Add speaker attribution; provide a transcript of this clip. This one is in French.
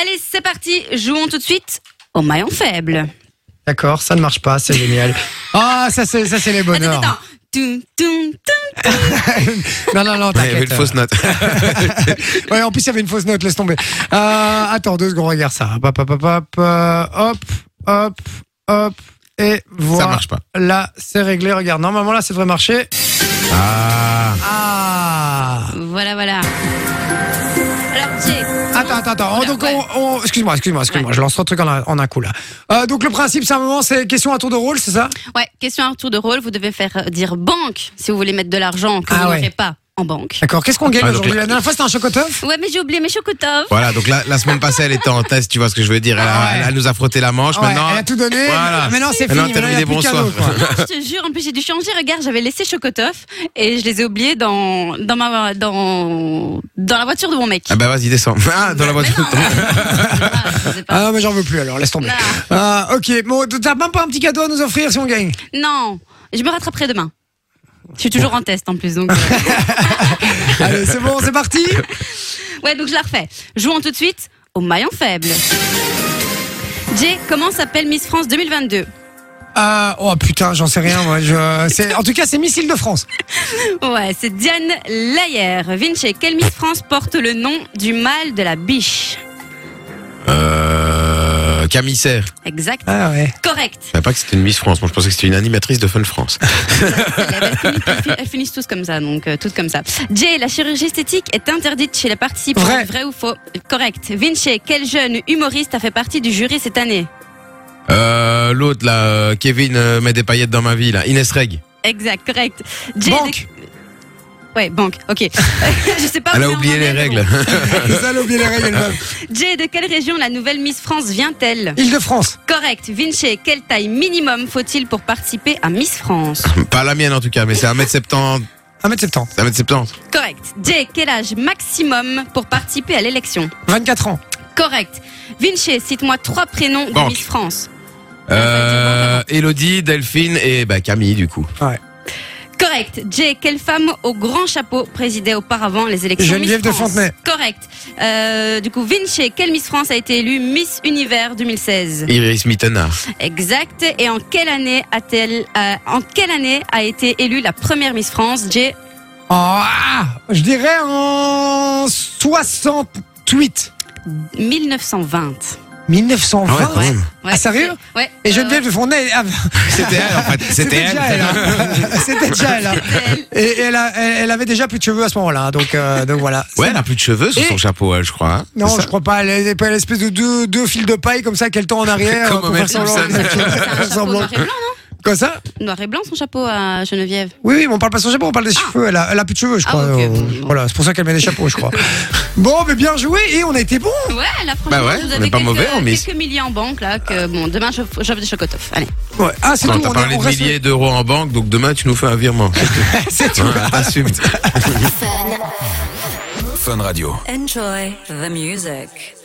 Speaker 1: Allez, c'est parti. Jouons tout de suite au maillon faible.
Speaker 2: D'accord, ça ne marche pas, c'est génial. Ah, ça c'est ça c'est les
Speaker 1: Attends,
Speaker 2: bonheurs.
Speaker 1: attends. Tum, tum, tum.
Speaker 2: Non non non,
Speaker 3: Ouais, Il y avait
Speaker 2: t'inquiète. euh.
Speaker 3: une fausse note.
Speaker 2: Ouais, en plus il y avait une fausse note, laisse tomber. Euh, attends deux secondes, regarde ça. Hop hop hop hop, euh, hop hop hop et
Speaker 3: Ça
Speaker 2: voilà.
Speaker 3: marche pas.
Speaker 2: Là, c'est réglé. Regarde, normalement là, ça devrait marcher.
Speaker 3: Ah.
Speaker 2: Ah.
Speaker 1: Voilà, voilà. Alors, Jay,
Speaker 2: Attends, attends, attends. Oh,
Speaker 1: Oula,
Speaker 2: donc,
Speaker 1: ouais.
Speaker 2: on, on- excuse-moi, excuse-moi, excuse-moi.
Speaker 1: Ouais.
Speaker 2: Je lance trois trucs en un, en un coup là. Euh, donc, le principe, c'est un moment, c'est question à tour de rôle, c'est ça
Speaker 1: ouais, question à retour de rôle. Vous devez faire euh, dire banque si vous voulez mettre de l'argent que
Speaker 2: Ah
Speaker 1: vous
Speaker 2: ouais.
Speaker 1: n'aurez pas en banque.
Speaker 2: D'accord. Qu'est-ce qu'on gagne
Speaker 3: Ah, donc,
Speaker 2: aujourd'hui
Speaker 3: là-
Speaker 2: La dernière fois, c'était un chocotof.
Speaker 1: Ouais, mais j'ai oublié mes chocotofs.
Speaker 3: Voilà, donc la, la semaine passée, elle était en test, tu vois ce que je veux dire. Elle, a,
Speaker 2: Ah ouais.
Speaker 3: elle a- nous a frotté la manche.
Speaker 2: Ouais,
Speaker 3: maintenant,
Speaker 2: elle a tout donné.
Speaker 3: Voilà.
Speaker 2: Maintenant, c'est fini.
Speaker 3: Maintenant, t'as
Speaker 2: Maintenant, il
Speaker 3: mis
Speaker 2: y a
Speaker 3: des
Speaker 2: plus de
Speaker 3: bons
Speaker 2: cadeaux,
Speaker 3: soirs.
Speaker 2: quoi.
Speaker 1: Je te jure, en plus j'ai dû changer. Regarde, j'avais laissé Chocotoff et je les ai oubliés dans dans ma dans dans la voiture de mon mec.
Speaker 3: Ah bah vas-y, descends. Ah, dans la
Speaker 2: bah.
Speaker 1: Mais
Speaker 3: voiture.
Speaker 1: non, je sais pas, je sais
Speaker 2: Ah
Speaker 1: pas.
Speaker 2: non, mais j'en veux plus alors, laisse tomber.
Speaker 1: Non.
Speaker 2: Ah, ok, bon, t'as même pas un petit cadeau à nous offrir si on gagne
Speaker 1: Non, je me rattraperai demain. Je suis toujours en test en plus, donc. euh,
Speaker 2: Allez, c'est bon, c'est parti
Speaker 1: Ouais, donc je la refais. Jouons tout de suite au maillon faible. Jay, comment s'appelle Miss France 2022
Speaker 2: Euh, Oh putain, j'en sais rien, moi. Je, c'est- en tout cas, c'est Missile de France.
Speaker 1: Ouais, c'est Diane Layer. Vinci, quelle Miss France porte le nom du mâle de la biche
Speaker 3: Euh, Camille Serre.
Speaker 1: Exact.
Speaker 2: Ah ouais.
Speaker 3: Je
Speaker 1: Correct.
Speaker 3: savais pas que c'était une Miss France. Moi, je pensais que c'était une animatrice de Fun France.
Speaker 1: Elles finissent- Elles finissent tous comme ça, donc euh, toutes comme ça. Jay, la chirurgie esthétique est interdite chez les participants.
Speaker 2: Vrai.
Speaker 1: ou faux Correct. Vinci, quel jeune humoriste a fait partie du jury cette année
Speaker 3: Euh, l'autre, là, euh, Kevin euh, met des paillettes dans ma vie, là. Ines Reg.
Speaker 1: Exact, correct. Jay,
Speaker 2: Banque
Speaker 1: Ouais, banque, ok. je
Speaker 2: Ah,
Speaker 1: sais pas
Speaker 3: Elle
Speaker 1: où
Speaker 3: a
Speaker 1: on en
Speaker 3: oublié
Speaker 1: est,
Speaker 3: les
Speaker 1: mais
Speaker 3: règles.
Speaker 2: Ça, elle a oublié les règles, elle va-
Speaker 1: bon. Jay, de quelle région la nouvelle Miss France vient-elle
Speaker 2: Île de France.
Speaker 1: Correct. Vinci, quelle taille minimum faut-il pour participer à Miss France
Speaker 3: pas la mienne, en tout cas, mais c'est 1m70.
Speaker 2: 1m70.
Speaker 3: 1m70.
Speaker 1: Correct. Jay, quel âge maximum pour participer à l'élection
Speaker 2: 24 ans.
Speaker 1: Correct. Vinci, cite-moi trois prénoms de
Speaker 3: Banque.
Speaker 1: Miss France.
Speaker 3: Euh, Elodie, Delphine et, bah, Camille, du coup.
Speaker 1: Correct. Jay, quelle femme au grand chapeau présidait auparavant les élections
Speaker 2: Geneviève
Speaker 1: Miss
Speaker 2: de
Speaker 1: France
Speaker 2: Fontenay.
Speaker 1: Correct. Euh, du coup, Vinci, quelle Miss France a été élue Miss Univers 2016
Speaker 3: Iris Mittenard.
Speaker 1: Exact. Et en quelle année a-t-elle, euh, en quelle année a été élue la première Miss France Jay
Speaker 2: Oh, ah, je dirais en 68.
Speaker 1: 1920.
Speaker 2: 1920
Speaker 3: Ah ouais, quand même.
Speaker 1: Ouais,
Speaker 2: Ah, sérieux
Speaker 1: c'est- Ouais. Euh,
Speaker 2: Et
Speaker 1: Ouais,
Speaker 2: Geneviève de Fontenay, ah,
Speaker 3: C'était elle, en fait. C'était elle.
Speaker 2: déjà elle. hein. C'était déjà elle. hein.
Speaker 1: ouais. Elle-
Speaker 2: Et, et elle, a- elle- elle avait déjà plus de cheveux à ce moment-là, hein, donc, euh, donc voilà.
Speaker 3: Ouais, elle a plus de cheveux sous
Speaker 2: Et-
Speaker 3: son chapeau, elle, je crois. hein.
Speaker 2: Non,
Speaker 3: C'est ça
Speaker 2: je crois pas. Elle est pas l'espèce de deux, deux fils de paille comme ça qu'elle tend en arrière.
Speaker 3: Comme
Speaker 2: euh, pour
Speaker 3: Homer
Speaker 2: faire semblant-
Speaker 3: Simpson.
Speaker 2: pour faire
Speaker 1: C'est un chapeau
Speaker 2: semblant.
Speaker 1: noir et blanc,
Speaker 2: Quoi ça
Speaker 1: non Noir et blanc, son chapeau à Geneviève.
Speaker 2: Oui, oui, mais on parle pas de son chapeau, on parle des cheveux. Elle a, elle a plus de cheveux, je
Speaker 1: Ah,
Speaker 2: crois.
Speaker 1: ok,
Speaker 2: euh,
Speaker 1: bon.
Speaker 2: Voilà, c'est pour ça qu'elle met des chapeaux, je crois. bon, mais bien joué et on a été bon.
Speaker 1: Ouais, là, franchement,
Speaker 3: Bah ouais,
Speaker 1: vous
Speaker 3: on
Speaker 1: avez
Speaker 3: est pas
Speaker 1: quelques,
Speaker 3: mauvais en Miss.
Speaker 1: quelques milliers en banque, là, que bon, demain, je- j'offre des chocotoffs. Allez.
Speaker 2: Ouais. Ah, c'est tout.
Speaker 3: Non,
Speaker 2: On,
Speaker 3: t'as
Speaker 2: est-
Speaker 3: parlé
Speaker 2: on
Speaker 3: de
Speaker 2: reste-
Speaker 3: milliers d'euros en banque, donc demain tu nous fais un virement.
Speaker 2: C'est tout.
Speaker 3: Hein, Assume.
Speaker 4: Enjoy the music.